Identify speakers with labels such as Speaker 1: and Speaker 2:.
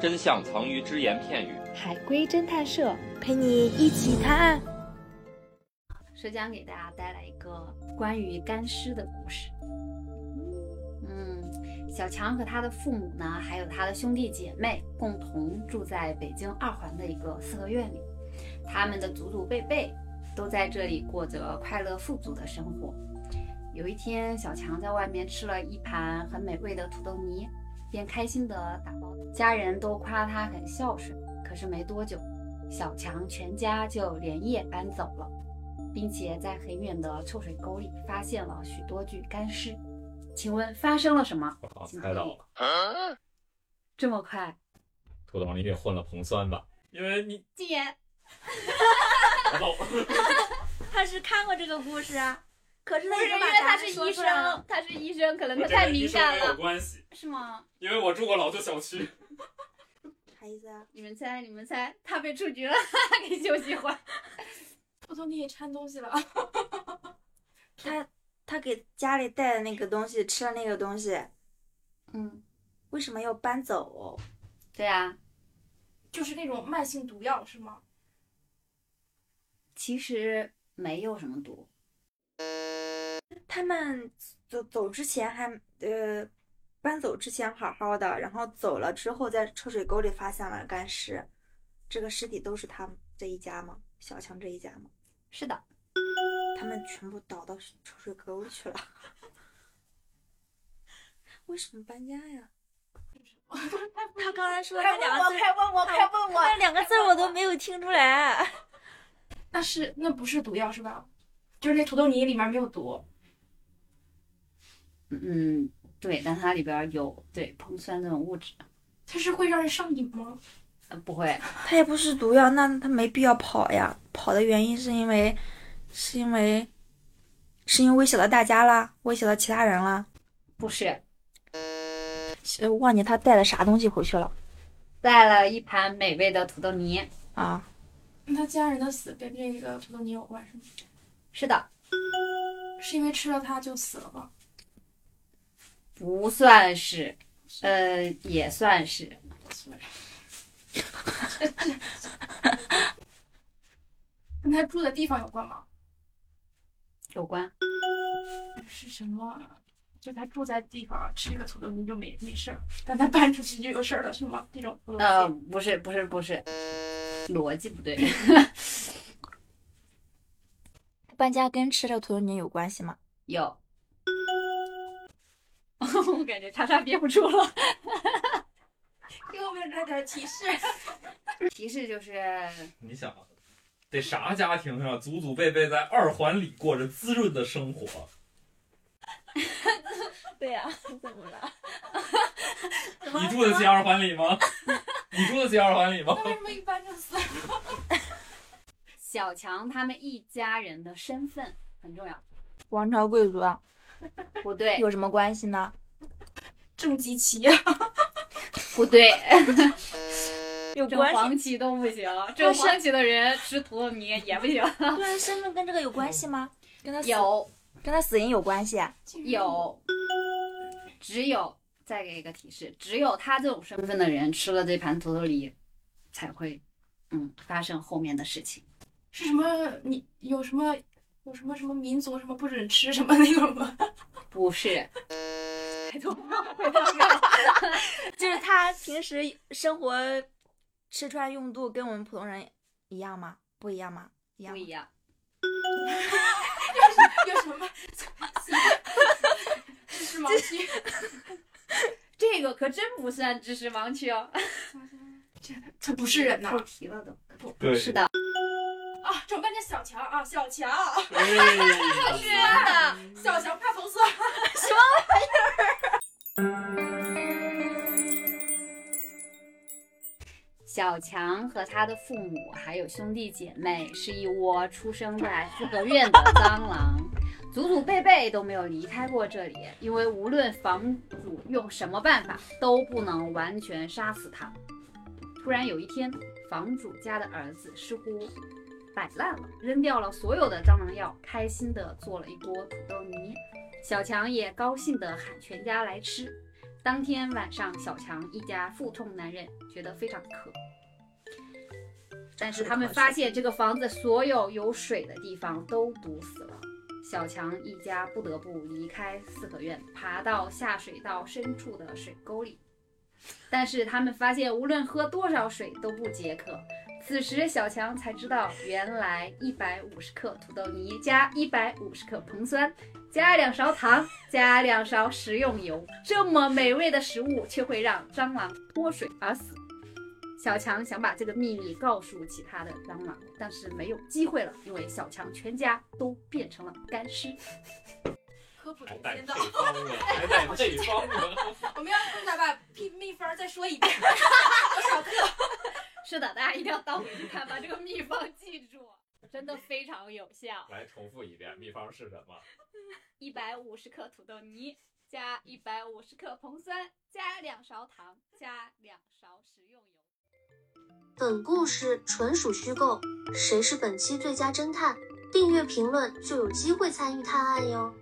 Speaker 1: 真相藏于只言片语。
Speaker 2: 海龟侦探社
Speaker 3: 陪你一起探案。
Speaker 4: 浙江给大家带来一个关于干尸的故事。嗯，小强和他的父母呢，还有他的兄弟姐妹，共同住在北京二环的一个四合院里。他们的祖祖辈辈都在这里过着快乐富足的生活。有一天，小强在外面吃了一盘很美味的土豆泥，便开心地打包。家人都夸他很孝顺，可是没多久，小强全家就连夜搬走了，并且在很远的臭水沟里发现了许多具干尸。请问发生了什么？
Speaker 5: 我靠，啊猜到了，
Speaker 4: 这么快？
Speaker 5: 土豆泥里混了硼酸吧？因为你
Speaker 6: 禁言，
Speaker 5: 老
Speaker 6: 他是看过这个故事啊，可是
Speaker 3: 不
Speaker 6: 他
Speaker 3: 是
Speaker 6: 已
Speaker 3: 因
Speaker 6: 经
Speaker 3: 为
Speaker 6: 把
Speaker 3: 他
Speaker 6: 答案
Speaker 3: 是
Speaker 6: 说
Speaker 3: 医
Speaker 6: 出来了
Speaker 3: 生，他是医生，可能他
Speaker 5: 这
Speaker 3: 太
Speaker 5: 跟
Speaker 3: 敏
Speaker 5: 医生
Speaker 3: 感
Speaker 5: 没有
Speaker 3: 了。
Speaker 5: 关系，
Speaker 6: 是吗？
Speaker 5: 因为我住过老旧小区。
Speaker 6: 啥意思啊？
Speaker 3: 你们猜，你们猜，他被出局了， 给休息会儿。
Speaker 7: 我从你里掺东西了。啊
Speaker 6: 他他给家里带的那个东西，吃了那个东西，
Speaker 4: 嗯，
Speaker 6: 为什么要搬走？
Speaker 4: 对啊，
Speaker 7: 就是那种慢性毒药是吗？
Speaker 4: 其实没有什么毒，
Speaker 6: 他们走走之前还呃，搬走之前好好的，然后走了之后在臭水沟里发现了干尸，这个尸体都是他们这一家吗？小强这一家吗？
Speaker 4: 是的，
Speaker 6: 他们全部倒到臭水沟 去了。为什么搬家呀？
Speaker 3: 他刚才说
Speaker 6: 快问我，快问我，快问我！
Speaker 3: 那两个字我都没有听出来。
Speaker 7: 那是那不是毒药是吧？就是那土豆泥里面没有毒。
Speaker 4: 嗯，对，但它里边有对硼酸这种物质，
Speaker 7: 它是会让人上瘾吗？
Speaker 4: 呃，不会，
Speaker 6: 他也不是毒药，那他没必要跑呀。跑的原因是因为，是因为，是因为威胁到大家啦，威胁到其他人啦。
Speaker 4: 不是，
Speaker 6: 呃忘记他带了啥东西回去了
Speaker 4: 带了一盘美味的土豆泥，
Speaker 6: 啊？
Speaker 7: 那他家人的死跟这个土豆泥有关是吗？
Speaker 4: 是的，
Speaker 7: 是因为吃了它就死了吗？
Speaker 4: 不算是，呃，也算是，
Speaker 7: 跟他住的地方有关吗？
Speaker 4: 有关，
Speaker 7: 是什么？就他住在地方吃这个土豆泥就没没事儿，但他搬出去就有事儿了是吗？这种土豆泥
Speaker 4: 呃，不是，不是，不是，逻辑不对，
Speaker 6: 搬家跟吃这个土豆泥有关系吗？
Speaker 4: 有， 我感觉叉叉憋不住了。
Speaker 7: 给我们来点提示。
Speaker 4: 提示就是，
Speaker 5: 你想，得啥家庭呀、祖祖辈辈在二环里过着滋润的生活，
Speaker 3: 啊对呀、 怎么了？
Speaker 5: 你住 得起二环里吗？ 你住得起二环里吗？
Speaker 7: 那为什么一搬就死了？
Speaker 4: 小强他们一家人的身份很重要，
Speaker 6: 王朝贵族啊，
Speaker 4: 不对，
Speaker 6: 有什么关系呢？
Speaker 7: 郑吉奇，啊
Speaker 4: 不对，
Speaker 3: 有
Speaker 4: 正
Speaker 3: 关系？
Speaker 4: 黄旗都不行，正黄旗的人吃土豆泥也不行。
Speaker 6: 对啊，身份跟这个有关系吗？跟他死
Speaker 4: 有
Speaker 6: 跟他死因有关系啊？
Speaker 4: 有，只有再给一个提示，只有他这种身份的人吃了这盘土豆泥，才会嗯发生后面的事情。
Speaker 7: 是什么？你有什么有什么什么民族什么不准吃什么那种吗？
Speaker 4: 不是，
Speaker 6: 就是他平时生活吃穿用度跟我们普通人一样吗？不一样吗？一样
Speaker 4: 不
Speaker 6: 吗
Speaker 4: 一样。
Speaker 7: 有什么？知识盲区。
Speaker 4: 这个可真不算知识盲区哦，
Speaker 7: 这他不是人呐！
Speaker 4: 题了都。
Speaker 5: 对
Speaker 4: 是的，
Speaker 7: 啊，整半天小强啊，小 强，
Speaker 5: 哎
Speaker 7: 小强怕硼酸。
Speaker 4: 小强和他的父母还有兄弟姐妹是一窝出生在四合院的蟑螂，祖祖辈辈都没有离开过这里，因为无论房主用什么办法都不能完全杀死它。突然有一天，房主家的儿子似乎摆烂了，扔掉了所有的蟑螂药，开心地做了一锅土豆泥。小强也高兴地喊全家来吃。当天晚上，小强一家腹痛难忍，觉得非常渴。但是他们发现这个房子所有有水的地方都堵死了，小强一家不得不离开四合院，爬到下水道深处的水沟里。但是他们发现，无论喝多少水都不解渴。此时，小强才知道，原来一百五十克土豆泥加一百五十克硼酸，加两勺糖，加两勺食用油，这么美味的食物却会让蟑螂脱水而死。小强想把这个秘密告诉其他的蟑螂，但是没有机会了，因为小强全家都变成了干尸。
Speaker 7: 科普
Speaker 5: 还
Speaker 7: 中
Speaker 5: 带
Speaker 7: 间
Speaker 5: 配
Speaker 7: 的，
Speaker 5: 方的，还带配方啊 的。
Speaker 3: 我们要不再把秘秘方再说一遍，
Speaker 4: 是的，大家一定要倒回去看，把这个秘方记住，真的非常有效。
Speaker 5: 来重复一遍，秘方是什么？
Speaker 4: 一百五十克土豆泥，加一百五十克硼酸，加两勺糖，加两勺食用油。
Speaker 2: 本故事纯属虚构，谁是本期最佳侦探？订阅评论就有机会参与探案哟。